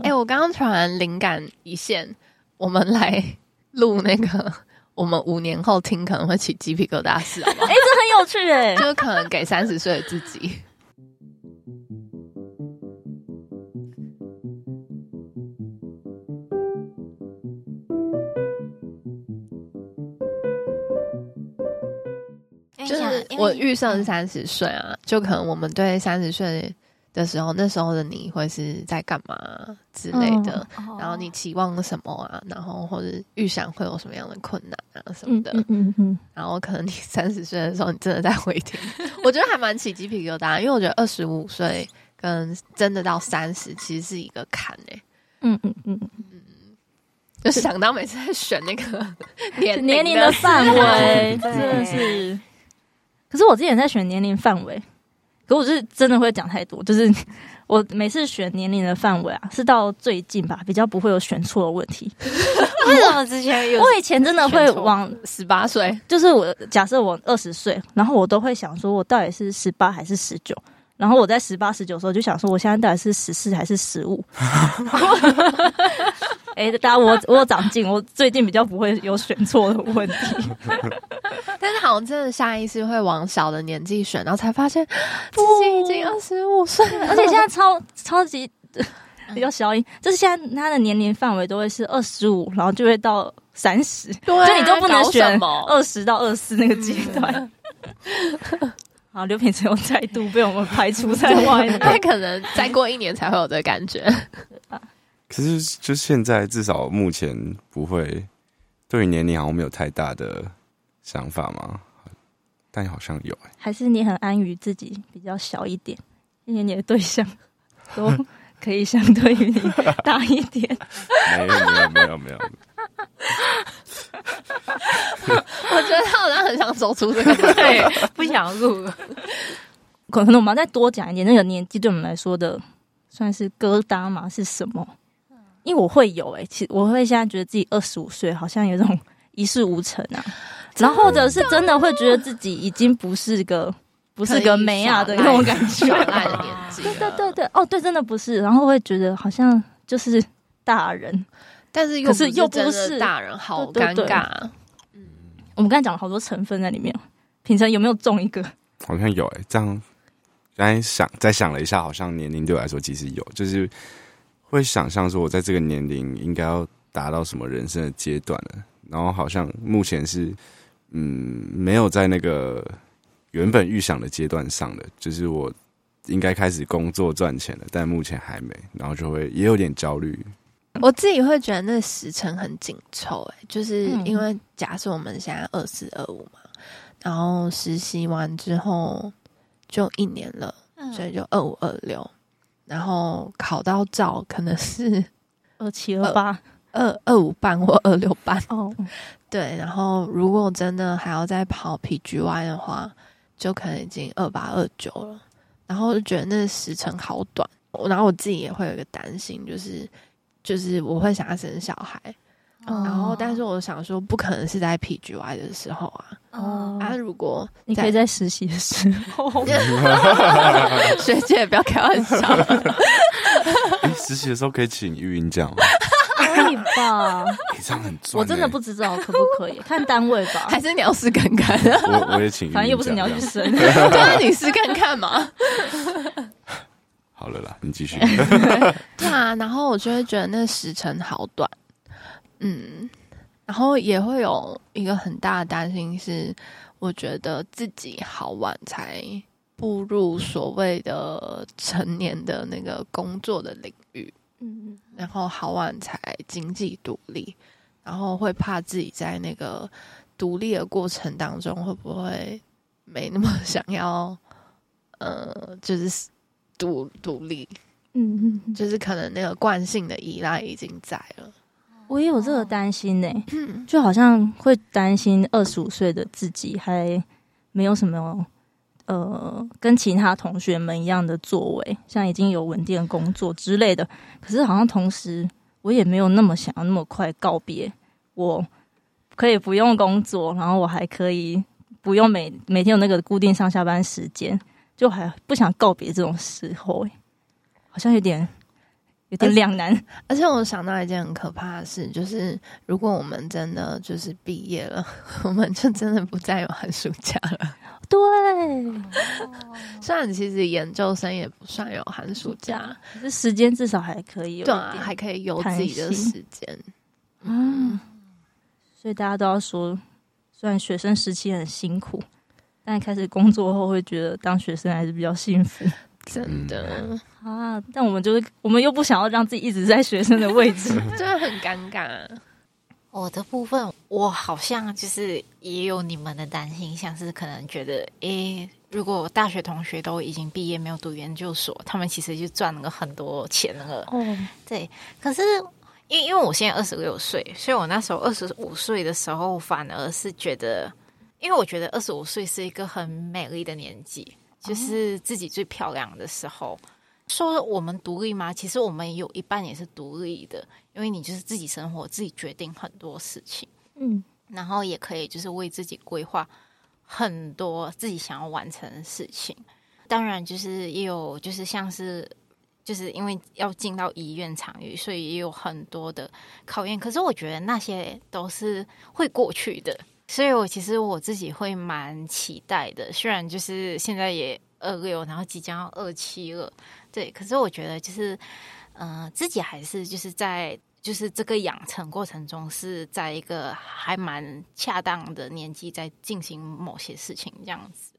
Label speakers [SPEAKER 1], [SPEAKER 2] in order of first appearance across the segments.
[SPEAKER 1] 哎我刚刚突然灵感一现，我们来录那个我们五年后听可能会起鸡皮疙瘩的事，好不好
[SPEAKER 2] 很有趣哎、
[SPEAKER 1] 就是可能给三十岁的自己。 就是
[SPEAKER 2] 哎因为嗯
[SPEAKER 1] 我预设是三十岁啊，就可能我们对三十岁的时候，那时候的你会是在干嘛之类的，
[SPEAKER 2] 嗯
[SPEAKER 1] 然后你期望什么啊，然后或者预想会有什么样的困难啊什么
[SPEAKER 3] 嗯
[SPEAKER 1] 的，
[SPEAKER 3] 嗯嗯嗯，
[SPEAKER 1] 然后可能你 三十岁的时候，你真的在回听， 我觉得还蛮起鸡皮疙瘩，因为我觉得二十五岁跟真的到三十其实是一个坎诶、
[SPEAKER 3] 嗯嗯嗯，
[SPEAKER 1] 就想到每次在选那 个年
[SPEAKER 3] 年龄
[SPEAKER 1] 的
[SPEAKER 3] 的范围
[SPEAKER 2] 对
[SPEAKER 3] 真的是。可是我之前在选年龄范围，可我是真的会讲太多，就是 我每次选年龄的范围啊，是到最近吧，比较不会有选错的问题。
[SPEAKER 2] 哦为什么之前有
[SPEAKER 3] 我以前真的会
[SPEAKER 1] 选错
[SPEAKER 3] 往，
[SPEAKER 1] 十八岁，
[SPEAKER 3] 就是我假设我二十岁，然后我都会想说我到底是十八还是十九。然后我在十八、十九的时候就想说，我现在到底是十四还是十五？ 哎、大家我我有长进，我最近比较不会有选错的问题。
[SPEAKER 1] 但是好像真的下意识会往小的年纪选，然后才发 现自己已经二十五岁了，
[SPEAKER 3] 而且现在超超级比较消音，就是现在他的年龄范围都会是二十五，然后就会到三十，
[SPEAKER 1] 对啊
[SPEAKER 3] 就你就不能
[SPEAKER 1] 搞什
[SPEAKER 3] 选
[SPEAKER 1] 么
[SPEAKER 3] 二十到二四那个阶段。 好，刘品成又再度被我们排除在外 了。
[SPEAKER 1] 他啊可能再过一年才会有这个感 觉。
[SPEAKER 4] 可是就现在，至少目前不会对于年龄好像没有太大的想法嘛，但好像有、欸。
[SPEAKER 3] 还是你很安于自己比较小一点，因为你的对象 都可以相对于你大一点。
[SPEAKER 4] 哎没有没有没有没有，
[SPEAKER 1] 我觉得他好像很想走出这个门，
[SPEAKER 2] 对不想录了，
[SPEAKER 3] 可能我们要再多讲一点，那个年纪对我们来说的算是疙瘩嘛？是什么？因为我会有哎、欸，其实我会现在觉得自己二十五岁，好像有种一事无成啊，然后或者是真的会觉得自己已经不是个不是个美亚的那种感觉。
[SPEAKER 1] 耍赖的年纪。
[SPEAKER 3] 对对对，对，哦对，真的不是，然后会觉得好像就是大人。
[SPEAKER 1] 但是又
[SPEAKER 3] 可是又
[SPEAKER 1] 不真
[SPEAKER 3] 不
[SPEAKER 1] 的
[SPEAKER 3] 是
[SPEAKER 1] 大人，好
[SPEAKER 3] 对
[SPEAKER 1] 尴
[SPEAKER 3] 对对
[SPEAKER 1] 尬。
[SPEAKER 3] 我们刚才讲了好多成分在里面，平常有没有中一个？
[SPEAKER 4] 好像有哎、这样刚才想再想了一下，好像年龄对我来说其实有，就是会想象说我在这个年龄应该要达到什么人生的阶段了，然后好像目前是嗯没有在那个原本预想的阶段上的，就是我应该开始工作赚钱了，但目前还没，然后就会也有点焦虑，
[SPEAKER 1] 我自己会觉得那时辰很紧凑，哎，就是
[SPEAKER 3] 嗯
[SPEAKER 1] 因为假设我们现在二四二五嘛，然后实习完之后就一年了，
[SPEAKER 2] 嗯
[SPEAKER 1] 所以就二五二六，然后考到照可能是
[SPEAKER 3] 二七二八
[SPEAKER 1] 二二五半或二六半，
[SPEAKER 3] 哦，
[SPEAKER 1] 对，然后如果真的还要再跑 PGY 的话，就可能已经二八二九了。然后就觉得那时程好短，我然后我自己也会有一个担心，就是就是我会想要生小孩，
[SPEAKER 2] 嗯
[SPEAKER 3] 哦
[SPEAKER 1] 然后但是我想说，不可能是在 PGY 的时候啊，
[SPEAKER 2] 嗯
[SPEAKER 3] 哦
[SPEAKER 1] 啊，如果
[SPEAKER 3] 你可以在实习的时候。
[SPEAKER 1] 学姐不要开玩 笑，
[SPEAKER 4] 诶实习的时候可以请育婴假吗？
[SPEAKER 3] 可以 吧？
[SPEAKER 4] 诶这样很赚欸、
[SPEAKER 3] 我真的不知道可不可以，看单位吧。
[SPEAKER 1] 还是你要试看看，
[SPEAKER 4] 我我也请，
[SPEAKER 3] 反正又不是你要去
[SPEAKER 4] 生。
[SPEAKER 3] 生，
[SPEAKER 1] 就是你试看看嘛。
[SPEAKER 4] 好了啦，你继续。
[SPEAKER 1] 对啊，然后我就会觉得那时辰好短，嗯，然后也会有一个很大的担心是，我觉得自己好晚才步入所谓的成年的那个工作的领域，
[SPEAKER 3] 嗯，
[SPEAKER 1] 然后好晚才经济独立，然后会怕自己在那个独立的过程当中会不会没那么想要，呃，就是独独立，
[SPEAKER 3] 嗯嗯，
[SPEAKER 1] 就是可能那个惯性的依赖已经在了。
[SPEAKER 3] 我也有这个担心呢、就好像会担心二十五岁的自己还没有什么。呃，跟其他同学们一样的作为，像已经有稳定的工作之类的，可是好像同时我也没有那么想要那么快告别，我可以不用工作，然后我还可以不用每每天有那个固定上下班时间，就还不想告别这种时候、欸，好像有点有点两难。
[SPEAKER 1] 而且我想到一件很可怕的事，就是如果我们真的就是毕业了， 我们就真的不再有寒暑假了。
[SPEAKER 3] 对，
[SPEAKER 1] 虽然其实研究生也不算有寒暑假，
[SPEAKER 3] 可是时间至少还可以有一
[SPEAKER 1] 对啊，
[SPEAKER 3] 点
[SPEAKER 1] 还可以有自己的
[SPEAKER 3] 弹性
[SPEAKER 1] 时间。
[SPEAKER 3] 嗯，所以大家都要说，虽然学生时期很辛苦，但开始工作后会觉得当学生还是比较幸福
[SPEAKER 1] 真的，
[SPEAKER 3] 啊。但我们就是我们又不想要让自己一直在学生的位置，
[SPEAKER 1] 真的很尴尬。
[SPEAKER 2] 我的部分，我好像就是也有你们的担心，像是可能觉得，诶、如果大学同学都已经毕业，没有读研究所，他们其实就赚了很多钱了。
[SPEAKER 3] 哦，
[SPEAKER 2] 对，可是因为因为我现在二十六岁，所以我那时候二十五岁的时候，反而是觉得，因为我觉得二十五岁是一个很美丽的年纪，就是自己最漂亮的时候。说我们独立吗？其实我们有一半也是独立的，因为你就是自己生活，自己决定很多事情，
[SPEAKER 3] 嗯，
[SPEAKER 2] 然后也可以就是为自己规划很多自己想要完成的事情。当然，就是也有就是像是就是因为要进到医院场域，所以也有很多的考验。可是我觉得那些都是会过去的，所以我其实我自己会蛮期待的。虽然就是现在也二六，然后即将要二七了，对。可是我觉得就是，呃，自己还是就是在。就是这个养成过程中，是在一个还蛮恰当的年纪在进行某些事情，这样子。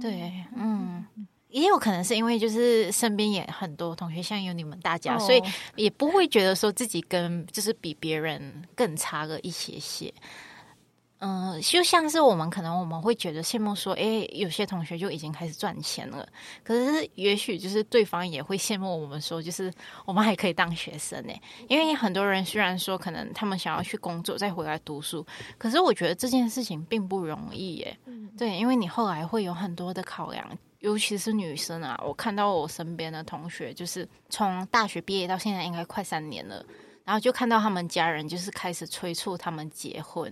[SPEAKER 2] 对，嗯，也有可能是因为就是身边也很多同学，像有你们大
[SPEAKER 3] 啊
[SPEAKER 1] 哦
[SPEAKER 2] 家，所以也不会觉得说自己跟就是比别人更差了一些些。嗯、就像是我们可能我们会觉得羡慕说，诶，有些同学就已经开始赚钱了，可是也许就是对方也会羡慕我们说，就是我们还可以当学生呢、因为很多人虽然说可能他们想要去工作再回来读书，可是我觉得这件事情并不容易耶、对，因为你后来会有很多的考量，尤其是女生啊，我看到我身边的同学，就是从大学毕业到现在应该快三年了，然后就看到他们家人就是开始催促他们结婚，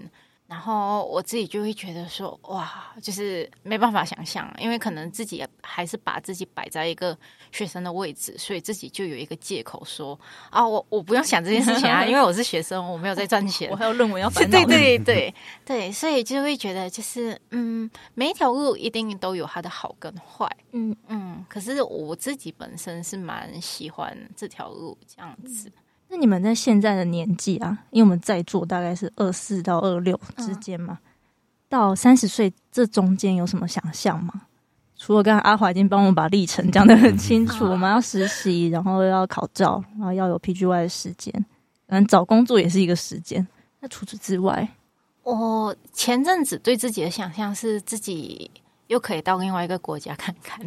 [SPEAKER 2] 然后我自己就会觉得说，哇，就是没办法想象，因为可能自己还是把自己摆在一个学生的位置，所以自己就有一个借口说，啊，我我不用想这件事情啊，因为我是学生，我没有在赚钱
[SPEAKER 3] 我，还有论文要烦恼
[SPEAKER 2] 对，对对对，所以就会觉得就是嗯，每一条路一定都有它的好跟坏，
[SPEAKER 3] 嗯
[SPEAKER 2] 嗯。可是我自己本身是蛮喜欢这条路这样子，
[SPEAKER 3] 那你们在现在的年纪啊，因为我们在座大概是二四到二六
[SPEAKER 2] 嗯
[SPEAKER 3] 之间嘛，到三十岁这中间有什么想象吗？除了刚才阿华已经帮我们把历程讲得很清楚，
[SPEAKER 2] 嗯
[SPEAKER 3] 我们要实习，然后要考照，然后要有 PGY 的时间，嗯，找工作也是一个时间。那除此之外，
[SPEAKER 2] 我前阵子对自己的想象是自己又可以到另外一个国家看看。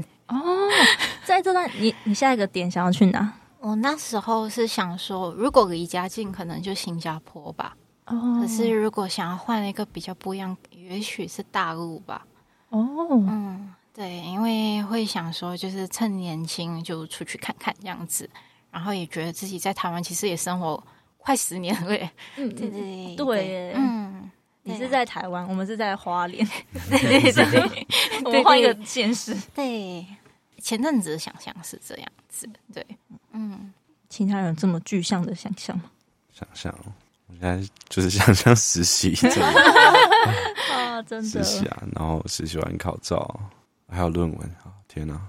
[SPEAKER 3] 在这段你你下一个点想要去哪？
[SPEAKER 2] 我那时候是想说，如果离家近，可能就新加坡吧。
[SPEAKER 3] 哦
[SPEAKER 2] 可是如果想要换一个比较不一样，也许是大陆吧。
[SPEAKER 3] 哦，
[SPEAKER 2] 嗯，对，因为会想说，就是趁年轻就出去看看这样子，然后也觉得自己在台湾其实也生活快十年了耶，
[SPEAKER 3] 嗯
[SPEAKER 2] 对对
[SPEAKER 3] 对耶
[SPEAKER 2] 嗯，
[SPEAKER 3] 你
[SPEAKER 2] 对
[SPEAKER 3] 是
[SPEAKER 2] 啊
[SPEAKER 3] 在台湾，我们是在花莲，
[SPEAKER 2] 对对对对
[SPEAKER 3] 我们换一个县市。
[SPEAKER 2] 对，前阵子的想象是这样子，对，嗯，
[SPEAKER 3] 其他人有这么具象的想象吗？
[SPEAKER 4] 想象哦，我现在就是想象 实习，真的
[SPEAKER 3] 啊，真
[SPEAKER 4] 实习啊，然后实习完考照，还有论文啊，天哪、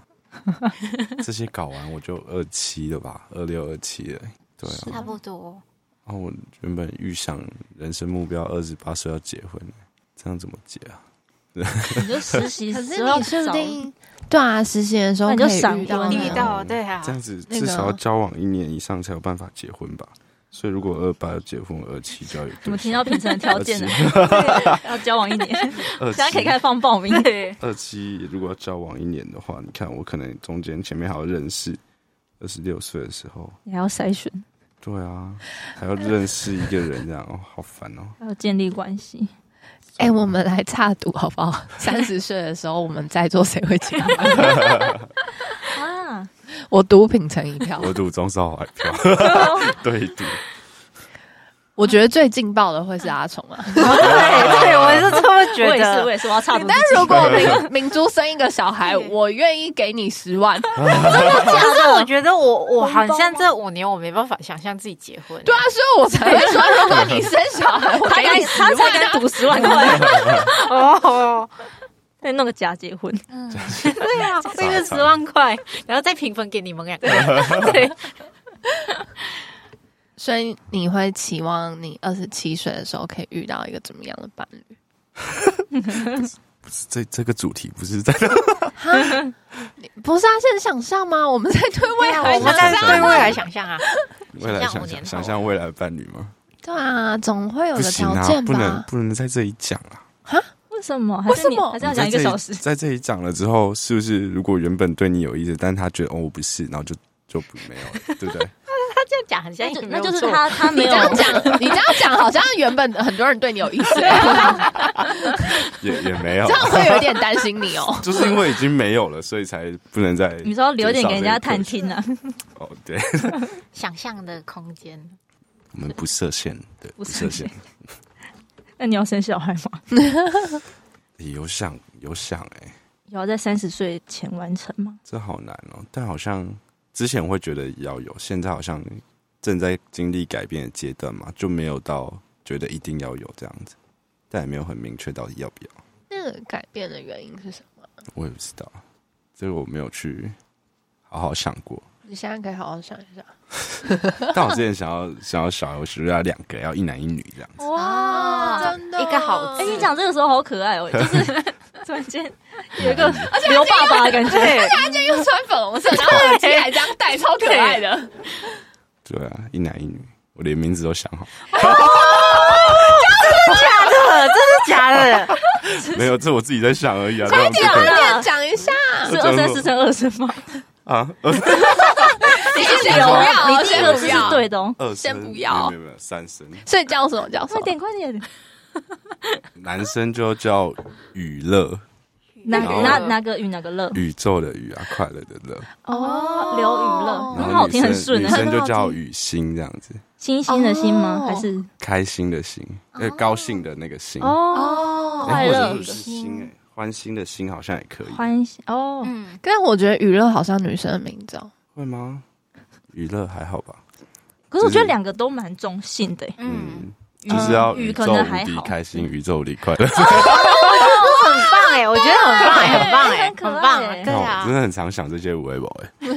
[SPEAKER 4] 这些搞完我就二七了吧，二六二七了，对啊，
[SPEAKER 2] 差不多。
[SPEAKER 4] 啊，我原本预想人生目标二十八岁要结婚，这样怎么结啊？
[SPEAKER 3] 你就实 习
[SPEAKER 1] 可是
[SPEAKER 3] 时候
[SPEAKER 1] 你说不
[SPEAKER 3] 找
[SPEAKER 1] 定对啊，实习的时候
[SPEAKER 3] 那你就
[SPEAKER 1] 可以
[SPEAKER 3] 闪
[SPEAKER 1] 遇到
[SPEAKER 3] 婚
[SPEAKER 1] 哦那
[SPEAKER 3] 啊
[SPEAKER 2] 遇
[SPEAKER 1] 种
[SPEAKER 2] 到对啊
[SPEAKER 4] 这，样子
[SPEAKER 1] 那
[SPEAKER 4] 至
[SPEAKER 1] 个
[SPEAKER 4] 少要交往一年以上才有办法结婚吧？所以如果二八要结婚，二七就要有
[SPEAKER 3] 我
[SPEAKER 4] 对
[SPEAKER 3] 们听
[SPEAKER 4] 象
[SPEAKER 3] 到评审的条件了，啊 要交往一年，
[SPEAKER 4] 二
[SPEAKER 3] 现在可以开
[SPEAKER 4] 七
[SPEAKER 3] 始放报名。
[SPEAKER 4] 二七如果要交往一年的话，你看我可能中间前面还要认识，二十六岁的时候，
[SPEAKER 3] 你还要筛选，
[SPEAKER 4] 对啊，还要认识一个人，这样 哦，好烦哦。
[SPEAKER 3] 还要建立关系。
[SPEAKER 1] 哎、我们来插赌好不好？ 三十岁的时候，我们在座谁会结婚？
[SPEAKER 3] 啊，
[SPEAKER 1] 我赌品成一票。
[SPEAKER 4] 我赌中少华一票，对赌。
[SPEAKER 1] 我觉得最劲爆的会是阿虫啊，
[SPEAKER 2] 对对，我是这么觉
[SPEAKER 3] 我也是，我
[SPEAKER 2] 得。
[SPEAKER 3] 也是，我要插入 自己。
[SPEAKER 1] 但如果明明珠生一个小孩，我愿意给你十万。
[SPEAKER 4] 啊
[SPEAKER 2] 可是啊我觉得我我好像这五年我没办法想象自己结婚。
[SPEAKER 1] 对啊，所以我才会说，如果你生小 孩，我
[SPEAKER 3] 他
[SPEAKER 1] 给
[SPEAKER 3] 敢
[SPEAKER 1] 你十
[SPEAKER 3] 他
[SPEAKER 1] 万啊
[SPEAKER 3] 才敢赌 十万块，
[SPEAKER 2] 哦，
[SPEAKER 3] 再弄个假结婚，
[SPEAKER 2] 对啊， 这个十万块，然后再平分给你们两个。对，啊
[SPEAKER 1] 所以你会期望你二十七岁的时候可以遇到一个怎么样的伴侣？
[SPEAKER 4] 这这个主题不是在
[SPEAKER 1] 不是啊，现在想象吗？我们在对未来
[SPEAKER 2] 我们
[SPEAKER 1] 想
[SPEAKER 2] 在
[SPEAKER 1] 象
[SPEAKER 2] 对未
[SPEAKER 1] 啊，
[SPEAKER 2] 来想象啊，
[SPEAKER 4] 未来
[SPEAKER 2] 想象
[SPEAKER 4] 想
[SPEAKER 2] 五年
[SPEAKER 4] 象
[SPEAKER 2] 后
[SPEAKER 4] 想象未来的伴侣吗？
[SPEAKER 1] 对啊，总会有
[SPEAKER 4] 不
[SPEAKER 1] 个
[SPEAKER 4] 行
[SPEAKER 1] 条
[SPEAKER 4] 啊，
[SPEAKER 1] 件
[SPEAKER 4] 不能
[SPEAKER 1] 吧？
[SPEAKER 4] 不能在这里讲啊。
[SPEAKER 3] 为什么？
[SPEAKER 1] 为什么
[SPEAKER 3] 还是你还是要讲一个小时
[SPEAKER 4] 你？在这里在这里讲了之后，是不是如果原本对你有意思，但他觉得哦我不是，然后就就不没有了，对不对？
[SPEAKER 2] 他这样讲很像
[SPEAKER 3] 那，就
[SPEAKER 2] 没
[SPEAKER 3] 那
[SPEAKER 2] 有
[SPEAKER 3] 就是
[SPEAKER 2] 做
[SPEAKER 3] 他他没
[SPEAKER 1] 你
[SPEAKER 3] 有
[SPEAKER 1] 这样讲，你这样讲，好像原本很多人对你有意思，
[SPEAKER 4] 也也没有
[SPEAKER 1] 这，样会有点担心你哦。
[SPEAKER 4] 就是因为已经没有了，所以才不能再
[SPEAKER 3] 你说留点给人家探听啊，
[SPEAKER 4] 哦。对，
[SPEAKER 2] 想象的空间。
[SPEAKER 4] 我们不设限，对，
[SPEAKER 3] 不
[SPEAKER 4] 不
[SPEAKER 3] 设限
[SPEAKER 4] 设限。
[SPEAKER 3] 那你要生小孩吗？
[SPEAKER 4] 有想有想哎、
[SPEAKER 3] 有要在三十岁前完成吗？
[SPEAKER 4] 这好难哦。但好像之前会觉得要有，现在好像正在经历改变的阶段嘛，就没有到觉得一定要有这样子，但也没有很明确到底要不要。
[SPEAKER 1] 那个改变的原因是什么？
[SPEAKER 4] 我也不知道，这个我没有去好好想过。
[SPEAKER 1] 你现在可以好好想一下。
[SPEAKER 4] 但我之前想要想要小游时要两个，要一男一女这样。
[SPEAKER 1] 哇真的
[SPEAKER 2] 一个好字。
[SPEAKER 3] 哎，你讲这个时候好可爱哦，就是突然间有一个刘
[SPEAKER 1] 而且
[SPEAKER 3] 爸爸的感觉。
[SPEAKER 1] 而且他今天又穿粉红色，然后耳机还这样戴，超可爱的。
[SPEAKER 4] 对啊，一男一女，我连名字都想好。
[SPEAKER 2] 假的，这是假的。
[SPEAKER 4] 没有，这我自己在想而已啊。
[SPEAKER 1] 快
[SPEAKER 4] 这
[SPEAKER 1] 点，
[SPEAKER 4] 样
[SPEAKER 1] 快
[SPEAKER 4] 不可以
[SPEAKER 1] 点讲一下，
[SPEAKER 3] 是二生、四生、二生 吗？
[SPEAKER 4] 啊，
[SPEAKER 1] 你先
[SPEAKER 3] 有
[SPEAKER 1] 不要，
[SPEAKER 3] 你第一
[SPEAKER 1] 先
[SPEAKER 3] 个
[SPEAKER 1] 不
[SPEAKER 3] 字
[SPEAKER 1] 要
[SPEAKER 3] 是。对的哦。
[SPEAKER 4] 二
[SPEAKER 1] 先
[SPEAKER 4] 声
[SPEAKER 1] 不要
[SPEAKER 4] 没有没有没有三声。
[SPEAKER 1] 所以叫什么叫什
[SPEAKER 3] 快
[SPEAKER 1] 么？
[SPEAKER 3] 点，快点！
[SPEAKER 4] 男生就叫娱乐，
[SPEAKER 3] 哪
[SPEAKER 1] 啊
[SPEAKER 4] 然后
[SPEAKER 3] 哪哪个与哪个乐？
[SPEAKER 4] 宇宙的宇啊，快乐的乐。
[SPEAKER 3] 哦，刘与乐，
[SPEAKER 1] 哦
[SPEAKER 4] 然
[SPEAKER 3] 很
[SPEAKER 4] 后
[SPEAKER 3] 好
[SPEAKER 4] 女
[SPEAKER 3] 听，
[SPEAKER 4] 生
[SPEAKER 3] 很顺
[SPEAKER 4] 女
[SPEAKER 3] 的。
[SPEAKER 4] 生就
[SPEAKER 3] 很好
[SPEAKER 4] 叫
[SPEAKER 3] 听
[SPEAKER 4] 雨欣这样子，
[SPEAKER 3] 星星的星吗？
[SPEAKER 1] 哦
[SPEAKER 3] 还是
[SPEAKER 4] 开心的心，呃，高兴的那个心，
[SPEAKER 3] 哦，
[SPEAKER 1] 哦
[SPEAKER 3] 快
[SPEAKER 4] 哎
[SPEAKER 3] 乐
[SPEAKER 4] 或者是心，哎，欢欣的心好像也可以，
[SPEAKER 3] 欢喜哦，
[SPEAKER 2] 嗯，
[SPEAKER 1] 但我觉得娱乐好像女生的名字哦。
[SPEAKER 4] 会吗？娱乐还好吧，
[SPEAKER 3] 可是我觉得两个都蛮中性的欸，
[SPEAKER 2] 嗯，
[SPEAKER 4] 嗯，就是要
[SPEAKER 3] 雨
[SPEAKER 4] 宇
[SPEAKER 3] 可
[SPEAKER 4] 宙
[SPEAKER 3] 能还
[SPEAKER 4] 无敌
[SPEAKER 3] 好嗯
[SPEAKER 4] 开心，宇宙无敌快 乐。
[SPEAKER 2] 哦很棒哎，我觉得很棒哎，很棒哎，
[SPEAKER 3] 很可爱
[SPEAKER 2] 很棒哎，
[SPEAKER 3] 哎
[SPEAKER 2] 对
[SPEAKER 4] 我哦真
[SPEAKER 2] 啊，
[SPEAKER 4] 的很常想这些微博， 哎，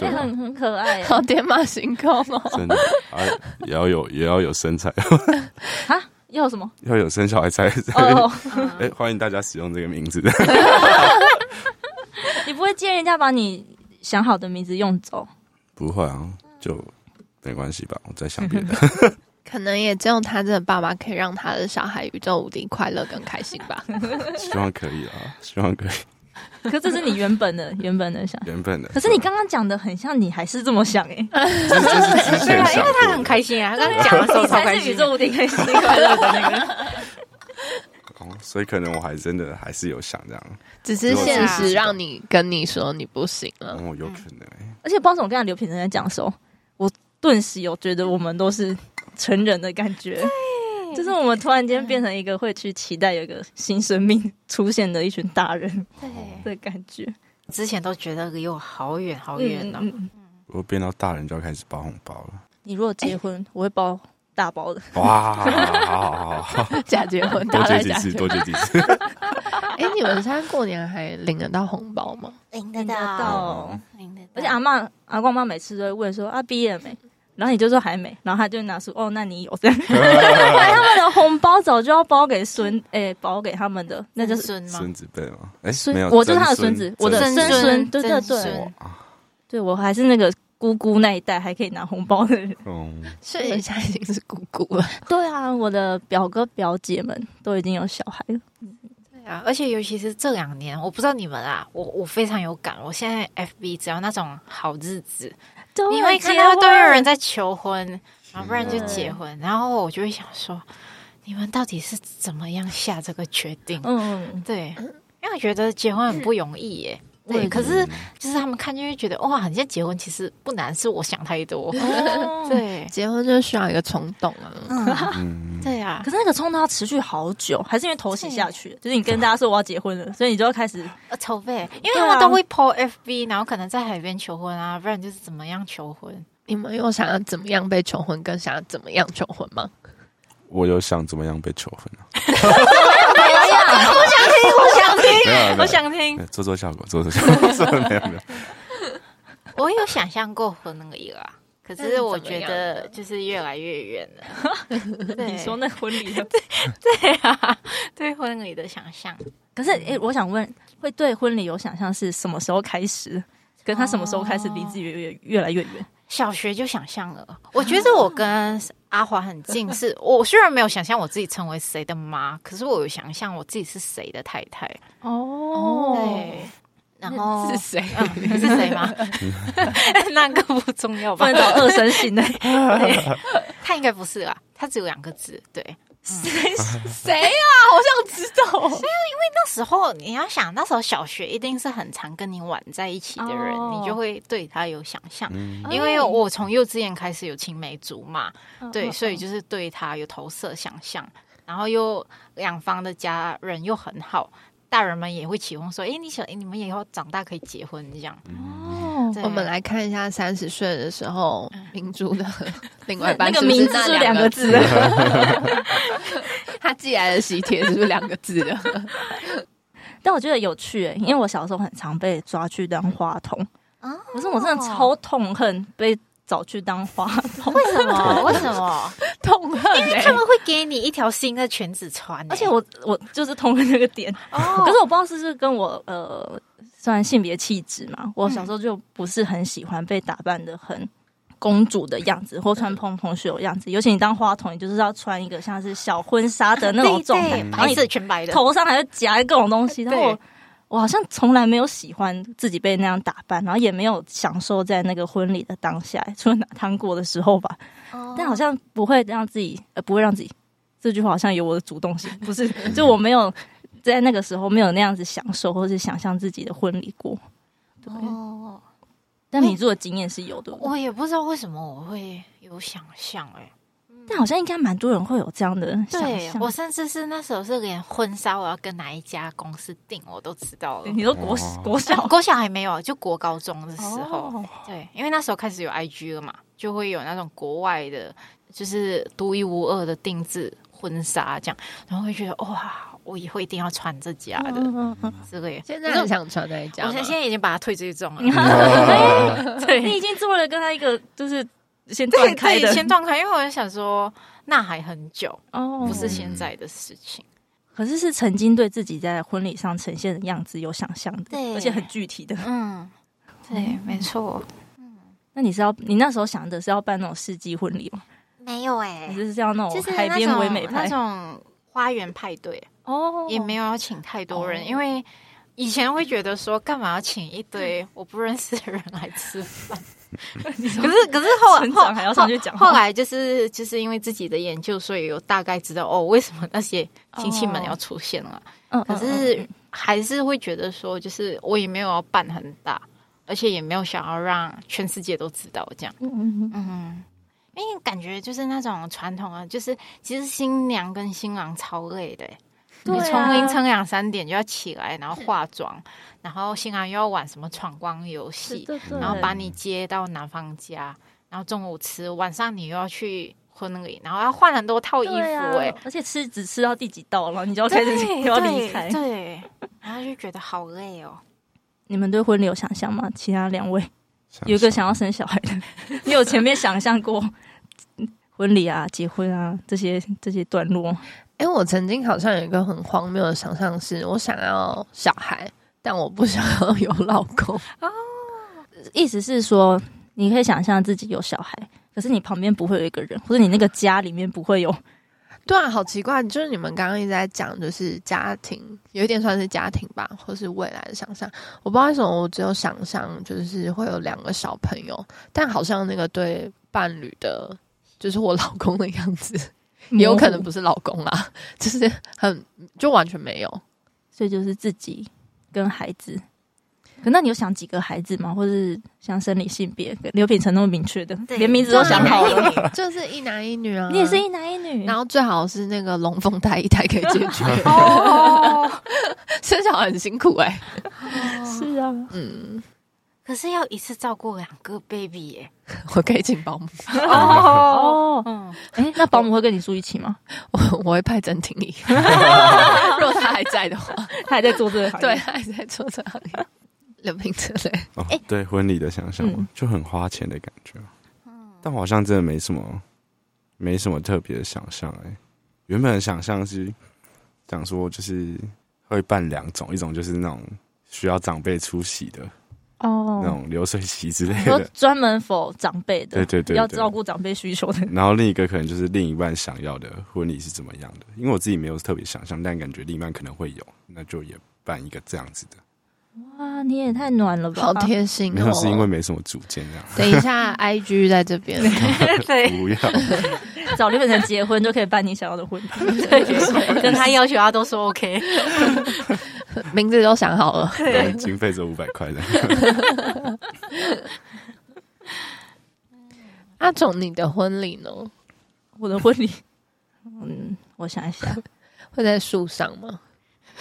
[SPEAKER 4] 对啊，
[SPEAKER 3] 很很可爱欸。
[SPEAKER 1] 好天马行空哦，
[SPEAKER 4] 真的，啊，也要有也要有身材，
[SPEAKER 3] 哈，要什么？
[SPEAKER 4] 要有生小孩 才才
[SPEAKER 3] 哦，
[SPEAKER 4] 哎，欢迎大家使用这个名字。
[SPEAKER 3] 你不会介意人家把你想好的名字用走？
[SPEAKER 4] 不会啊，就没关系吧，我在想别 的。
[SPEAKER 1] 可能也只有他这个爸爸可以让他的小孩宇宙无敌快乐跟开心 吧。
[SPEAKER 4] 希望可以啊，希望可以。
[SPEAKER 3] 可是这是你原本的 原本的想。
[SPEAKER 4] 原本的，
[SPEAKER 3] 可是你刚刚讲的很像，你还是这么想哎，
[SPEAKER 4] 这这是
[SPEAKER 2] 对
[SPEAKER 4] 之前
[SPEAKER 2] 啊，因
[SPEAKER 4] 想
[SPEAKER 2] 为
[SPEAKER 4] 过
[SPEAKER 2] 他
[SPEAKER 4] 的
[SPEAKER 2] 很开心啊，他刚刚讲的时候
[SPEAKER 3] 你
[SPEAKER 2] 超
[SPEAKER 3] 才
[SPEAKER 2] 开
[SPEAKER 3] 是宇
[SPEAKER 2] 心。
[SPEAKER 3] 宙无敌开 心快乐的那个。
[SPEAKER 4] 哦，所以可能我还真的还是有想这样。
[SPEAKER 1] 只是现实让你跟你说你不行啊了。
[SPEAKER 4] 哦，有可能欸
[SPEAKER 3] 而且不知道怎么跟刘品成在讲的时候，我顿时有觉得我们都是成人的感觉，就是我们突然间变成一个会去期待有一个新生命出现的一群大人
[SPEAKER 2] 对，
[SPEAKER 3] 的感觉。
[SPEAKER 2] 之前都觉得离我好远好远哦呢
[SPEAKER 3] 嗯。嗯嗯
[SPEAKER 4] 我变到大人就要开始包红包了。
[SPEAKER 3] 你如果结婚，我会包大包的。
[SPEAKER 4] 哇，好好好 好，好
[SPEAKER 1] 假结婚，
[SPEAKER 4] 多
[SPEAKER 1] 大家
[SPEAKER 4] 结几
[SPEAKER 1] 假结
[SPEAKER 4] 次，
[SPEAKER 1] 婚
[SPEAKER 4] 多结几次。
[SPEAKER 1] 哎、你们现在过年还领得到红包吗？
[SPEAKER 2] 领得
[SPEAKER 3] 到哦，
[SPEAKER 2] 嗯领得到，
[SPEAKER 3] 而且阿嬷阿公妈每次都会问说啊毕业了没，然后你就说还没，然后他就拿出哦那你有这样，他们的红包早就要包给孙哎、包给他们的，那就是
[SPEAKER 2] 孙吗？
[SPEAKER 4] 孙子辈吗？哎，
[SPEAKER 3] 孙
[SPEAKER 4] 没有，
[SPEAKER 3] 我就是他的
[SPEAKER 4] 曾
[SPEAKER 3] 孙子
[SPEAKER 4] 孙，
[SPEAKER 3] 我的
[SPEAKER 4] 曾
[SPEAKER 3] 曾孙对对
[SPEAKER 2] 曾
[SPEAKER 3] 对
[SPEAKER 2] 孙
[SPEAKER 4] 哇，
[SPEAKER 3] 对我还是那个姑姑那一代还可以拿红包的人。
[SPEAKER 4] 嗯，
[SPEAKER 1] 所以现在已经是姑姑了。
[SPEAKER 3] 对啊，我的表哥表姐们都已经有小孩了，
[SPEAKER 2] 对啊，而且尤其是这两年，我不知道你们啊，我我非常有感。我现在 FB 只要那种好日子，因为看到都有人在求婚，然后不然就结婚，然后我就会想说，你们到底是怎么样下这个决定？
[SPEAKER 3] 嗯，
[SPEAKER 2] 对，因为我觉得结婚很不容易耶。对，可是
[SPEAKER 4] 嗯
[SPEAKER 2] 就是他们看就会觉得哇，人家结婚其实不难，是我想太多。对，
[SPEAKER 1] 结婚就是需要一个冲动啊。
[SPEAKER 4] 嗯，
[SPEAKER 2] 对啊
[SPEAKER 3] 可，是那个冲动要持续好久，还是因为头洗下去了，就是你跟大家说我要结婚了，所以你就要开始
[SPEAKER 2] 呃筹备，因为他们都会 po FB，然后可能在海边求婚啊，不然就是怎么样求婚。
[SPEAKER 1] 你们有想要怎么样被求婚，跟想要怎么样求婚吗？
[SPEAKER 4] 我有想怎么样被求婚啊？没有没有
[SPEAKER 3] 我想听
[SPEAKER 4] 没有做做效果，做做效 果，做没有没有。
[SPEAKER 2] 我有想象过婚那个一个啊，可
[SPEAKER 1] 那你
[SPEAKER 2] 是
[SPEAKER 1] 怎么
[SPEAKER 2] 我觉
[SPEAKER 1] 样
[SPEAKER 2] 得
[SPEAKER 1] 呢
[SPEAKER 2] 就是越来越远了。 对
[SPEAKER 3] 你说那婚礼 的。
[SPEAKER 2] 对啊，对婚礼的想象，
[SPEAKER 3] 可是，诶、我想问，会对婚礼有想象是什么时候开始？跟他什么时候开始离自己越越越来越远？
[SPEAKER 2] 小学就想象了。我觉得我跟阿华很近，是我虽然没有想象我自己成为谁的妈，可是我有想象我自己是谁的太太。
[SPEAKER 3] 哦
[SPEAKER 2] 对，然后
[SPEAKER 1] 是谁？
[SPEAKER 2] 嗯 是谁 吗？那个不重要
[SPEAKER 3] 不
[SPEAKER 2] 吧
[SPEAKER 3] 能？找二声型的，
[SPEAKER 2] 他应该不是啊，他只有两个字。对，
[SPEAKER 1] 谁啊？好想知道。
[SPEAKER 2] 那时候你要想，那时候小学一定是很常跟你玩在一起的人，
[SPEAKER 3] 哦
[SPEAKER 2] 你就会对他有想象。
[SPEAKER 4] 嗯
[SPEAKER 2] 因为我从幼稚园开始有青梅竹马，对，所以
[SPEAKER 3] 就
[SPEAKER 2] 就是对他有投射想象，然后又两方的家人又很好，大人们也会起哄说：“诶，你想，你们以后长大可以结婚这样。
[SPEAKER 3] 哦
[SPEAKER 2] 对
[SPEAKER 1] 嗯我们来看一下三十岁的时候明珠的另外一半
[SPEAKER 3] 那个
[SPEAKER 1] 是不是
[SPEAKER 3] 名字
[SPEAKER 1] 嗯那
[SPEAKER 3] 是两个
[SPEAKER 1] 个
[SPEAKER 3] 字，
[SPEAKER 1] 他寄来的喜帖是不是两个字的？
[SPEAKER 3] 但我觉得有趣、欸诶因为我小时候很常被抓去当话筒，
[SPEAKER 2] 哦
[SPEAKER 3] 可是我真的超痛恨被找去当话筒，
[SPEAKER 2] 为什么？为什么？
[SPEAKER 1] 痛恨欸
[SPEAKER 2] 他们会给你一条新的裙子穿欸、
[SPEAKER 3] 而且我我就是痛恨这个点。可
[SPEAKER 2] 哦，
[SPEAKER 3] 是我不知道是不是跟我呃，算性别气质嘛，我小时候就不是很喜欢被打扮的很。公主的样子，或穿蓬蓬袖的样子，尤其你当花童，你就是要穿一个像是小婚纱的那种状态，然后
[SPEAKER 2] 白
[SPEAKER 3] 你
[SPEAKER 2] 色全白的，
[SPEAKER 3] 头上还会夹各种东西。然后我
[SPEAKER 2] 对
[SPEAKER 3] 我好像从来没有喜欢自己被那样打扮，然后也没有享受在那个婚礼的当下，除了拿糖果的时候吧。
[SPEAKER 2] 哦
[SPEAKER 3] 但好像不会让自己，呃，不会让自己。这句话好像有我的主 动性，不是？就我没有在那个时候没有那样子享受，或是想象自己的婚礼过。对，
[SPEAKER 2] 哦，
[SPEAKER 3] 但米珠的经验是有的，
[SPEAKER 2] 我也不知道为什么我会有想象哎、
[SPEAKER 3] 但好像应该蛮多人会有这样的想
[SPEAKER 2] 对
[SPEAKER 3] 象。
[SPEAKER 2] 我甚至是那时候是连婚纱我要跟哪一家公司订我都知道 了。
[SPEAKER 3] 你说国
[SPEAKER 4] 哦
[SPEAKER 3] 国小
[SPEAKER 2] 国小还没有，就国高中的时候，
[SPEAKER 3] 哦
[SPEAKER 2] 对，因为那时候开始有 IG 了嘛，就会有那种国外的，就是独一无二的定制婚纱这样，然后会觉得哇，我以后一定要穿这家的、
[SPEAKER 3] 嗯啊嗯嗯
[SPEAKER 2] 之类的。
[SPEAKER 1] 现在
[SPEAKER 2] 可是
[SPEAKER 1] 很想穿那一家
[SPEAKER 2] 我
[SPEAKER 1] 吗
[SPEAKER 2] 现，现在已经把它退 追踪了，
[SPEAKER 3] 对你已经做了跟他一个就是先断开的
[SPEAKER 2] 对先断开，因为我就想说，那还很久，
[SPEAKER 3] 哦
[SPEAKER 2] 不是现在的事情。
[SPEAKER 3] 可是是曾经对自己在婚礼上呈现的样子有想象的，
[SPEAKER 2] 对
[SPEAKER 3] 而且很具体的。
[SPEAKER 2] 嗯，
[SPEAKER 3] 哎
[SPEAKER 2] 对，没错，
[SPEAKER 3] 那你是要你那时候想的是要办那种世纪婚礼吗？
[SPEAKER 2] 没有哎
[SPEAKER 3] 还是嗯是要那
[SPEAKER 2] 就
[SPEAKER 3] 种
[SPEAKER 2] 是
[SPEAKER 3] 哦海
[SPEAKER 2] 那
[SPEAKER 3] 边
[SPEAKER 2] 种
[SPEAKER 3] 唯美
[SPEAKER 2] 那
[SPEAKER 3] 派？
[SPEAKER 2] 种花园派对，
[SPEAKER 3] 哦
[SPEAKER 2] 也没有要请太多人，
[SPEAKER 3] 哦
[SPEAKER 2] 因为以前会觉得说，干嘛要请一
[SPEAKER 3] 嗯
[SPEAKER 2] 堆我不认识的人来吃 饭？可是可是后
[SPEAKER 3] 村
[SPEAKER 2] 后
[SPEAKER 3] 长还要上去讲话
[SPEAKER 2] 后后来就是就是因为自己的研究，所以有大概知道哦，为什么那些亲戚们
[SPEAKER 3] 哦
[SPEAKER 2] 要出现了。
[SPEAKER 3] 嗯，
[SPEAKER 2] 可
[SPEAKER 3] 嗯
[SPEAKER 2] 是还是会觉得说，就是我也没有要办很大，而且也没有想要让全世界都知道这样。
[SPEAKER 3] 嗯嗯嗯
[SPEAKER 2] 嗯，因为感觉就是那种传统啊，就是其实新娘跟新郎超累的欸、
[SPEAKER 3] 对啊
[SPEAKER 2] 你从凌晨两三点就要起来，然后化妆，然后新郎又要玩什么闯关游戏，
[SPEAKER 3] 对啊对
[SPEAKER 2] 然后把你接到男方家，然后中午吃，晚上你又要去婚礼，然后要换很多套衣服、
[SPEAKER 3] 对啊
[SPEAKER 2] 哎、
[SPEAKER 3] 而且吃只吃到第几道了，你就要开
[SPEAKER 2] 对
[SPEAKER 3] 始
[SPEAKER 2] 对
[SPEAKER 3] 要离开。
[SPEAKER 2] 对，然后就觉得好累哦。
[SPEAKER 3] 你们对婚礼有想象吗？其他两位
[SPEAKER 4] 啊
[SPEAKER 3] 有一个想要生小孩的， 你有前面想象过婚礼啊、结婚啊这些这些段落吗？
[SPEAKER 1] 哎、我曾经好像有一个很荒谬的想象是，我想要小孩，但我不想要有老公。
[SPEAKER 3] 意思是说，你可以想象自己有小孩，可是你旁边不会有一个人，或者你那个家里面不会有。
[SPEAKER 1] 对啊，好奇怪，就是你们刚刚一直在讲，就是家庭，有一点算是家庭吧，或是未来的想象。我不知道为什么，我只有想象就是会有两个小朋友，但好像那个对伴侣的，就是我老公的样子，也 有可能不是老公啦， 就是很就完全没有。
[SPEAKER 3] 所以就是自己跟孩子。可那你有想几个孩子吗？或是像生理性别？刘品成那么明确的，
[SPEAKER 2] 对
[SPEAKER 3] 连名字都想好了。
[SPEAKER 2] 了。
[SPEAKER 1] 就是一男一女啊，
[SPEAKER 3] 你也是一男一女，
[SPEAKER 1] 然后最好是那个龙凤胎一胎可以解决，
[SPEAKER 2] 哦，
[SPEAKER 1] 生小孩很辛苦哎、
[SPEAKER 3] 是啊，
[SPEAKER 1] 嗯，
[SPEAKER 2] 可是要一次照顾两个 baby 耶。
[SPEAKER 1] 我可以请保姆，
[SPEAKER 2] 哦，
[SPEAKER 3] 哦，
[SPEAKER 2] 嗯，
[SPEAKER 3] 哎，那保姆会跟你住一起吗？
[SPEAKER 1] 我我会派曾婷 怡，如果他还在的话，
[SPEAKER 3] 他还在做这个行
[SPEAKER 1] 对，，他还在做这行业。 刘平之类，
[SPEAKER 4] 哦
[SPEAKER 3] 哎，
[SPEAKER 4] 对，婚礼的想象
[SPEAKER 3] 嗯
[SPEAKER 4] 就很花钱的感觉。啊但我好像真的没什么，没什么特别的想象哎、原本的想象是想说，就是会办两种，一种就是那种需要长辈出席的、那
[SPEAKER 3] 哦，
[SPEAKER 4] 种流水席之类
[SPEAKER 3] 你说
[SPEAKER 4] 的，
[SPEAKER 3] 专门否长辈的，
[SPEAKER 4] 对对对
[SPEAKER 3] 要
[SPEAKER 4] 对
[SPEAKER 3] 照顾长辈需求 的，
[SPEAKER 4] 然后另一个可能就是另一半想要的婚礼是怎么样的。因为我自己没有特别想象，但感觉另一半可能会有，那就也办一个这样子的。
[SPEAKER 3] 哇，啊你也太暖了吧！
[SPEAKER 1] 好贴心
[SPEAKER 4] 没
[SPEAKER 1] 哦！
[SPEAKER 4] 有是因为没什么主见这样，
[SPEAKER 1] 等一下，IG 在这 边，
[SPEAKER 2] 对，
[SPEAKER 4] 不要。
[SPEAKER 3] 找刘本成结婚就可以办你想要的婚礼，
[SPEAKER 2] 跟他要求他都说 OK。
[SPEAKER 1] 名字都想好了。
[SPEAKER 4] 然后经费只有五百块 的。
[SPEAKER 1] 阿总，你的婚礼呢？
[SPEAKER 3] 我的婚礼。嗯，我想一想，
[SPEAKER 1] 会在树上吗？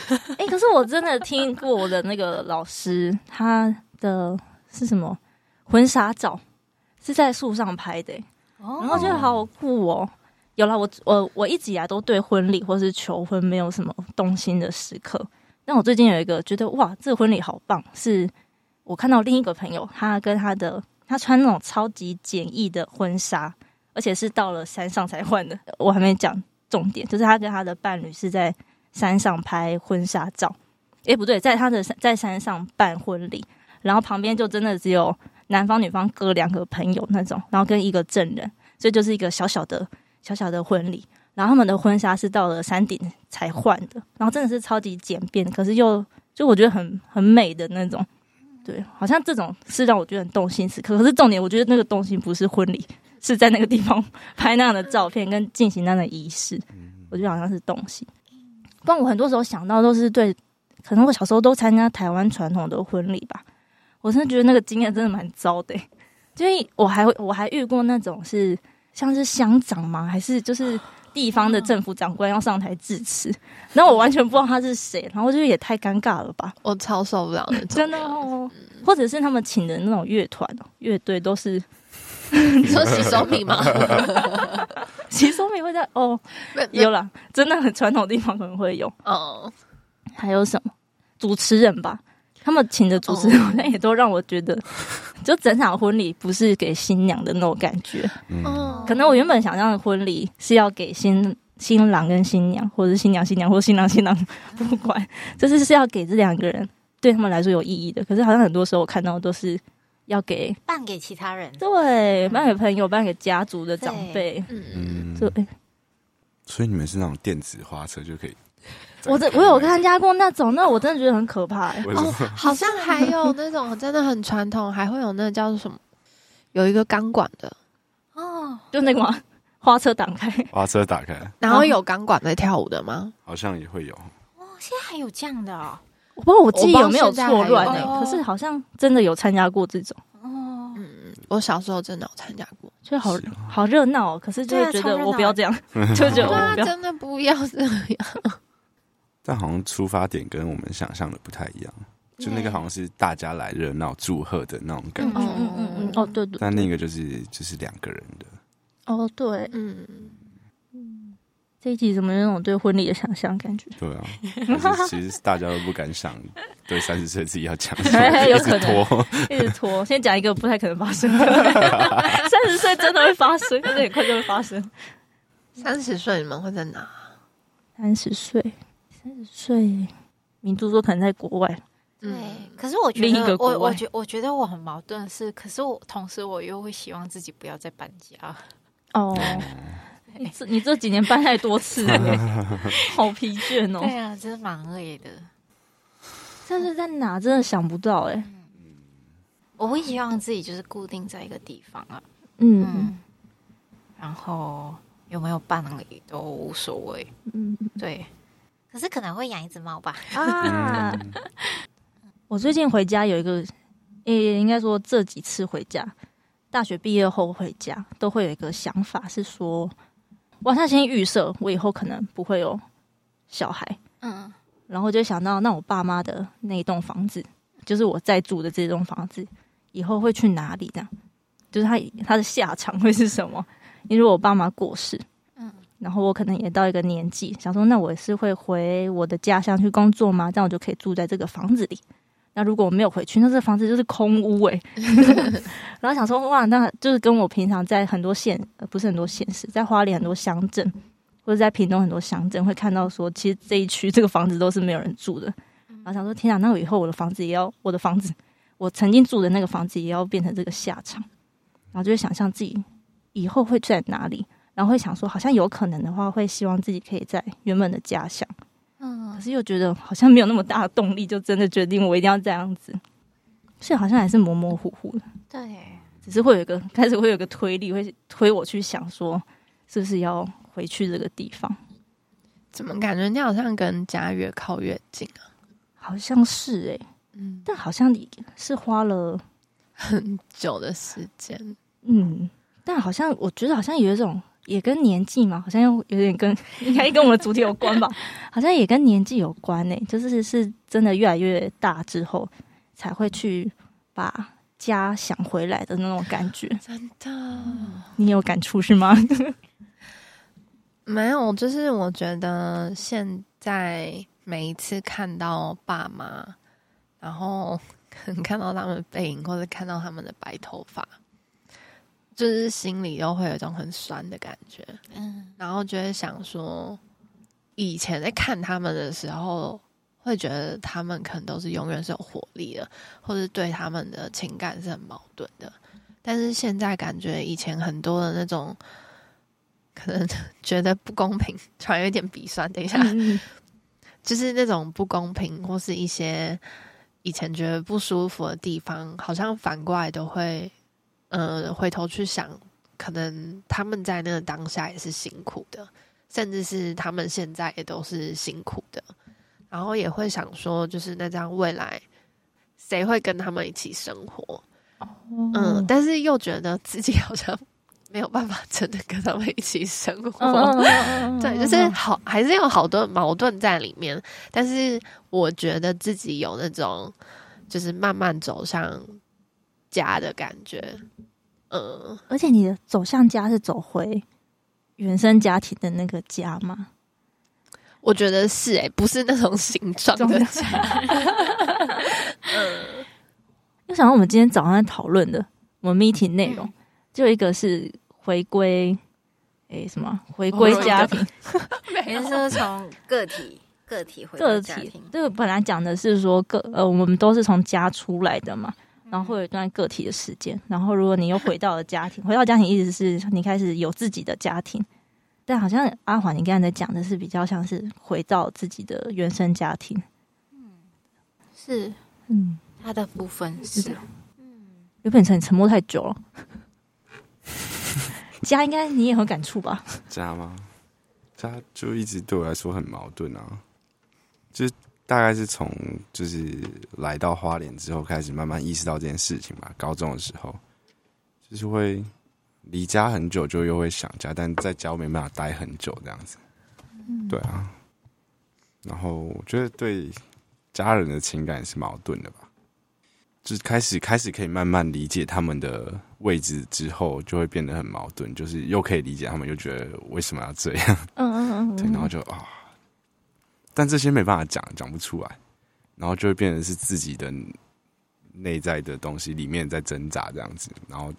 [SPEAKER 3] 哎、可是我真的听过我的那个老师，他的是什么婚纱照是在树上拍的、欸然后觉得好酷哦、有啦，我我我一直以来都对婚礼或是求婚没有什么动心的时刻，但我最近有一个觉得哇，这个婚礼好棒，是我看到另一个朋友，他跟他的他穿那种超级简易的婚纱，而且是到了山上才换的。我还没讲重点，就是他跟他的伴侣是在山上拍婚纱照，诶，不对，在他的山在山上办婚礼，然后旁边就真的只有男方女方各两个朋友那种，然后跟一个证人，所以就是一个小小的小小的婚礼。然后他们的婚纱是到了山顶才换的，然后真的是超级简便，可是又就我觉得很很美的那种。对，好像这种是让我觉得很动心时刻。可是重点，我觉得那个动心不是婚礼，是在那个地方 拍那样的照片跟进行那样的仪式，我觉得好像是动心。不然我很多时候想到都是对，可能我小时候都参加台湾传统的婚礼吧，我真的觉得那个经验真的蛮糟的、欸。因为我还会我还遇过那种是像是乡长吗？还是就是地方的政府长官要上台致辞，然后我完全不知道他是谁，然后我就觉得也太尴尬了吧。
[SPEAKER 1] 我超受不了 那种。
[SPEAKER 3] 真的哦，或者是他们请的那种乐团、哦乐队都是
[SPEAKER 1] 你说洗手米 吗？
[SPEAKER 3] 其实没会在哦，有啦，真的很传统地方可能会有。
[SPEAKER 1] 哦，
[SPEAKER 3] 还有什么主持人吧？他们请的主持人
[SPEAKER 1] 哦
[SPEAKER 3] 好像也都让我觉得， 就整场婚礼不是给新娘的那种感觉。
[SPEAKER 4] 嗯，
[SPEAKER 1] 哦
[SPEAKER 3] 可能我原本想象的婚礼是要给新新郎跟新娘，或者是新娘新娘，或者新郎新郎，不管，就是是要给这两个人对他们来说有意义的。可是好像很多时候我看到都是要给
[SPEAKER 2] 办给其他人，
[SPEAKER 3] 对，卖给朋友，卖给家族的长辈。哎
[SPEAKER 1] 嗯，
[SPEAKER 4] 嗯
[SPEAKER 3] 对，
[SPEAKER 4] 所以你们是那种电子花车就可以。
[SPEAKER 3] 我这我有参，加过那种，那我真的觉得很可怕、欸。
[SPEAKER 4] 我也
[SPEAKER 1] 哦
[SPEAKER 4] 是，
[SPEAKER 1] 好像还有那种真的很传统，还会有那叫做什么？有一个钢管的，
[SPEAKER 2] 哦，
[SPEAKER 3] 就那个嘛，花车挡开，
[SPEAKER 4] 花车打开，
[SPEAKER 1] 然后有钢管在跳舞的吗？
[SPEAKER 4] 好像也会有。
[SPEAKER 2] 现在还有这样的哦，
[SPEAKER 3] 我不知道我记忆有没有
[SPEAKER 1] 我不知道现在
[SPEAKER 3] 错
[SPEAKER 1] 还有
[SPEAKER 3] 乱哎，
[SPEAKER 2] 哦
[SPEAKER 3] 可是好像真的有参加过这种，
[SPEAKER 2] 哦，
[SPEAKER 1] 嗯，我小时候真的有参加过。
[SPEAKER 3] 就好
[SPEAKER 4] 是啊
[SPEAKER 3] 好热闹哦。可是就会
[SPEAKER 2] 对
[SPEAKER 3] 觉
[SPEAKER 2] 啊超热
[SPEAKER 3] 得
[SPEAKER 2] 闹
[SPEAKER 3] 我不要这样，就觉
[SPEAKER 1] 对
[SPEAKER 3] 得我
[SPEAKER 1] 啊，
[SPEAKER 3] 不要。
[SPEAKER 1] 真的不要这样。
[SPEAKER 4] 但好像出发点跟我们想象的不太一样，就
[SPEAKER 1] 嗯
[SPEAKER 4] 那个好像是大家来热闹祝贺的那种感
[SPEAKER 3] 嗯
[SPEAKER 4] 觉，
[SPEAKER 3] 嗯嗯嗯嗯，哦对对，
[SPEAKER 4] 但另一个就是就是两个人的。
[SPEAKER 3] 哦对，
[SPEAKER 1] 嗯，
[SPEAKER 3] 这一集怎么有那种对婚礼的想象感觉？
[SPEAKER 4] 对啊，可 是其实大家都不敢想，对三十岁自己要讲什么，
[SPEAKER 3] 哎
[SPEAKER 4] 一
[SPEAKER 3] 有
[SPEAKER 4] 直
[SPEAKER 3] 可能
[SPEAKER 4] 拖。
[SPEAKER 3] 一直拖，先讲一个不太可能发生的，三十岁真的会发生，可是很快就会发生。
[SPEAKER 1] 三十岁你们会在哪？
[SPEAKER 3] 三十岁，三十岁，明珠说可能在国外，
[SPEAKER 1] 嗯
[SPEAKER 2] 对，可是我觉
[SPEAKER 3] 另一个
[SPEAKER 2] 得，
[SPEAKER 3] 国
[SPEAKER 2] 我我
[SPEAKER 3] 外
[SPEAKER 2] 觉我觉得我很矛盾的是，可是我同时我又会希望自己不要再搬家，
[SPEAKER 3] 哦，你这你这几年搬太多次了，好疲倦
[SPEAKER 2] 对
[SPEAKER 3] 哦。
[SPEAKER 2] 啊，真是蛮累的。
[SPEAKER 3] 但是在哪真的想不到哎、
[SPEAKER 2] 我会希望自己就是固定在一个地方啊，
[SPEAKER 3] 嗯
[SPEAKER 2] 嗯，然后有没有伴侣都无所谓，
[SPEAKER 3] 嗯
[SPEAKER 2] 对。可是可能会养一只猫吧，
[SPEAKER 3] 啊，
[SPEAKER 4] 嗯，
[SPEAKER 3] 我最近回家有一个，也应该说这几次回家，大学毕业后回家都会有一个想法是说，我好像先预设我以后可能不会有小孩，
[SPEAKER 2] 嗯，
[SPEAKER 3] 然后就想到那我爸妈的那一栋房子，就是我在住的这栋房子，以后会去哪里这样，就是他他的下场会是什么？因为我爸妈过世，
[SPEAKER 2] 嗯，
[SPEAKER 3] 然后我可能也到一个年纪，想说那我是会回我的家乡去工作吗？这样我就可以住在这个房子里。那如果我没有回去，那这房子就是空屋诶、 然后想说哇，那就是跟我平常在很多县，呃不是很多县市，在花莲很多乡镇，或者在屏东很多乡镇会看到说，其实这一区这个房子都是没有人住的。然后想说天啊，那我以后我的房子也要我的房子，我曾经住的那个房子也要变成这个下场。然后就会想象自己以后会在哪里，然后会想说，好像有可能的话，会希望自己可以在原本的家乡，可
[SPEAKER 2] 嗯，
[SPEAKER 3] 是又觉得好像没有那么大的动力，就真的决定我一定要这样子，所以好像还是模模糊糊的，
[SPEAKER 2] 对，
[SPEAKER 3] 只是会有一个开始会有一个推力，会推我去想说，是不是要回去这个地方？
[SPEAKER 1] 怎么感觉你好像跟家越靠越近啊？
[SPEAKER 3] 好像是诶、
[SPEAKER 1] 嗯，
[SPEAKER 3] 但好像也是花了，
[SPEAKER 1] 很久的时间，
[SPEAKER 3] 嗯，但好像我觉得好像有一种。也跟年纪嘛，好像又有点跟 应该跟我们主题有关 吧，好像也跟年纪有关呢、就是是真的越来越大之后，才会去把家想回来的那种感 觉。
[SPEAKER 1] 真的、
[SPEAKER 3] 你有感触是吗？
[SPEAKER 1] 没有，就是我觉得现在每一次看到爸妈，然后可能看到他们的背影，或者看到他们的白头发，就是心里都会有一种很酸的感觉。
[SPEAKER 2] 嗯，
[SPEAKER 1] 然后就会想说，以前在看他们的时候，会觉得他们可能都是永远是有活力的，或者对他们的情感是很矛盾的。但是现在感觉以前很多的那种，可能 觉得不公平，突然有点鼻酸。等一
[SPEAKER 3] 嗯
[SPEAKER 1] 下，就是那种不公平或是一些以前觉得不舒服的地方，好像反过来都会，呃，回头去想，可能他们在那个当下也是辛苦的，甚至是他们现在也都是辛苦的，然后也会想说，就是那这样未来谁会跟他们一起生活？嗯，
[SPEAKER 3] 嗯，
[SPEAKER 1] 但是又觉得自己好像没有办法真的跟他们一起生活。
[SPEAKER 3] 嗯
[SPEAKER 1] 对，就是好，还是有好多矛盾在里面。但是我觉得自己有那种，就是慢慢走向家的感觉。嗯，
[SPEAKER 3] 而且你的走向家是走回原生家庭的那个家吗？
[SPEAKER 1] 我觉得是诶、欸不是那种形状的家。
[SPEAKER 3] 又想到我们今天早上在讨论的我们 meeting 内容
[SPEAKER 2] 嗯，
[SPEAKER 3] 就一个是回归，诶，什么回归家
[SPEAKER 2] 哦
[SPEAKER 3] 庭
[SPEAKER 2] 也是从个体个体回
[SPEAKER 3] 个
[SPEAKER 2] 到家
[SPEAKER 3] 体
[SPEAKER 2] 庭，，
[SPEAKER 3] 这个本来讲的是说个呃，我们都是从家出来的嘛，然后会有一段个体的时间，然后如果你又回到了家庭，回到家庭意思是你开始有自己的家庭，但好像阿华你刚才讲的是比较像是回到自己的原生家庭，
[SPEAKER 2] 是
[SPEAKER 3] 嗯，
[SPEAKER 2] 它的部分是
[SPEAKER 3] 的有本成你沉默太久了，家应该你也很有感触吧？
[SPEAKER 4] 家吗？家就一直对我来说很矛盾啊，就是大概是从就是来到花莲之后开始慢慢意识到这件事情吧。高中的时候，就是会离家很久，就又会想家，但在家我没办法待很久这样子。对啊，然后我觉得对家人的情感也是矛盾的吧。就是开始开始可以慢慢理解他们的位置之后，就会变得很矛盾，就是又可以理解他们，又觉得为什么要这样，
[SPEAKER 3] 嗯嗯嗯
[SPEAKER 4] 对，然后就啊，但这些没办法讲，讲不出来，然后就会变成是自己的内在的东西里面在挣扎这样子，然后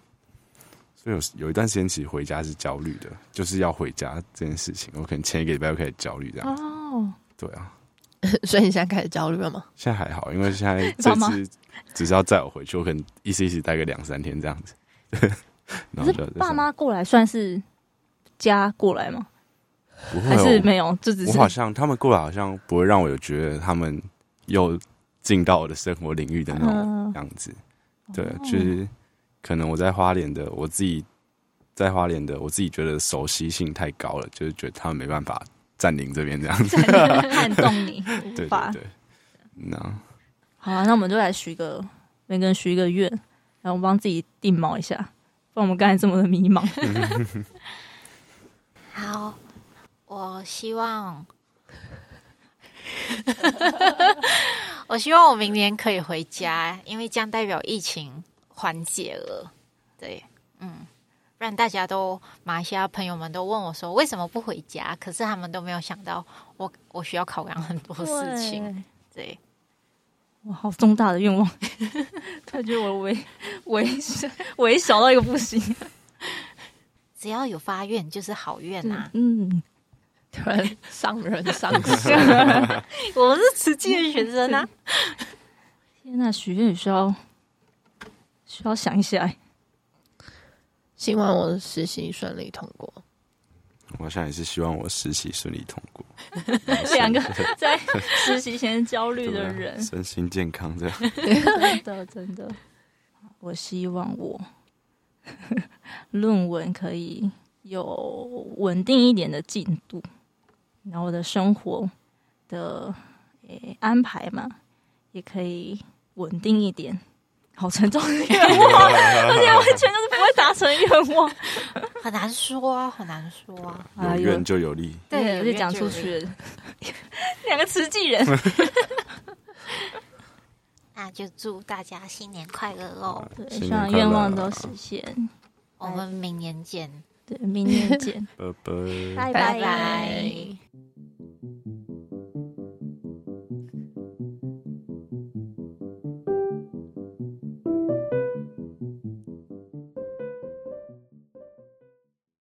[SPEAKER 4] 所以有有一段时间其实回家是焦虑的，就是要回家这件事情，我可能前一个礼拜就开始焦虑这样，
[SPEAKER 3] 哦，
[SPEAKER 4] 对啊，
[SPEAKER 1] 所以你现在开始焦虑了吗？
[SPEAKER 4] 现在还好，因为现在
[SPEAKER 3] 知道
[SPEAKER 4] 这
[SPEAKER 3] 吗
[SPEAKER 4] 次只是要载我回去，我可能一时一时待个两三天这样子。 然
[SPEAKER 3] 可
[SPEAKER 4] 后
[SPEAKER 3] 是
[SPEAKER 4] 就
[SPEAKER 3] 爸妈过来算是家过来吗？
[SPEAKER 4] 不会
[SPEAKER 3] 还是
[SPEAKER 4] 哦，
[SPEAKER 3] 没 有？就只
[SPEAKER 4] 我
[SPEAKER 3] 是
[SPEAKER 4] 好像他们过来好像不会让我有觉得他们又进到我的生活领域的那种
[SPEAKER 3] 嗯哦
[SPEAKER 4] 样子。对，就是可能我在花莲的我自己在花莲的我自己觉得熟悉性太高了，就是觉得他们没办法占领这边这样子。
[SPEAKER 3] 撼动你，
[SPEAKER 4] 对
[SPEAKER 3] 无法
[SPEAKER 4] 对对，那
[SPEAKER 3] 好啊，那我们就来许个，每个人许一个愿，然后帮自己定锚一下，不然我们刚才这么的 迷茫。
[SPEAKER 2] 好，我希望， 我希望我明年可以回家，因为这样代表疫情缓解了。对，嗯，不然大家都马来西亚朋友们都问我说为什么不回家，可是他们都没有想到我我需要考量很多事情。对，
[SPEAKER 3] 哇，好重大的愿 望，突然觉得我微微微小到一个不行。
[SPEAKER 2] 只要有发愿就是好愿啊！
[SPEAKER 3] 嗯，
[SPEAKER 1] 突然上人 上身，
[SPEAKER 2] 我是慈济的学生 啊，
[SPEAKER 3] 天呐，许愿也需要需要想一下。
[SPEAKER 1] 希望我的实习顺利通过。
[SPEAKER 4] 我好像也是希望我实习顺利通过。
[SPEAKER 3] 两 个 在实习前焦虑的
[SPEAKER 4] 对啊
[SPEAKER 3] 人，
[SPEAKER 4] 身心健 康这样。
[SPEAKER 3] 真的真的，我希望我论文可以有稳定一点的进度，然后我的生活的诶、安排嘛，也可以稳定一点。好沉重的愿望，而且完全就是不会达成愿望。
[SPEAKER 2] 很难说啊，很难说啊。
[SPEAKER 3] 哎
[SPEAKER 4] 有
[SPEAKER 3] 呦
[SPEAKER 4] 愿就有力，
[SPEAKER 2] 对
[SPEAKER 3] 而且哎讲出去了，两个慈济人。
[SPEAKER 2] 那就祝大家新年快乐哦喽！
[SPEAKER 4] 新
[SPEAKER 3] 希
[SPEAKER 4] 年
[SPEAKER 3] 望
[SPEAKER 4] 快乐
[SPEAKER 3] 愿望都实现。
[SPEAKER 2] 我们明年见。
[SPEAKER 3] 对，明年见，
[SPEAKER 4] 拜
[SPEAKER 3] 拜
[SPEAKER 4] 拜。
[SPEAKER 2] 拜拜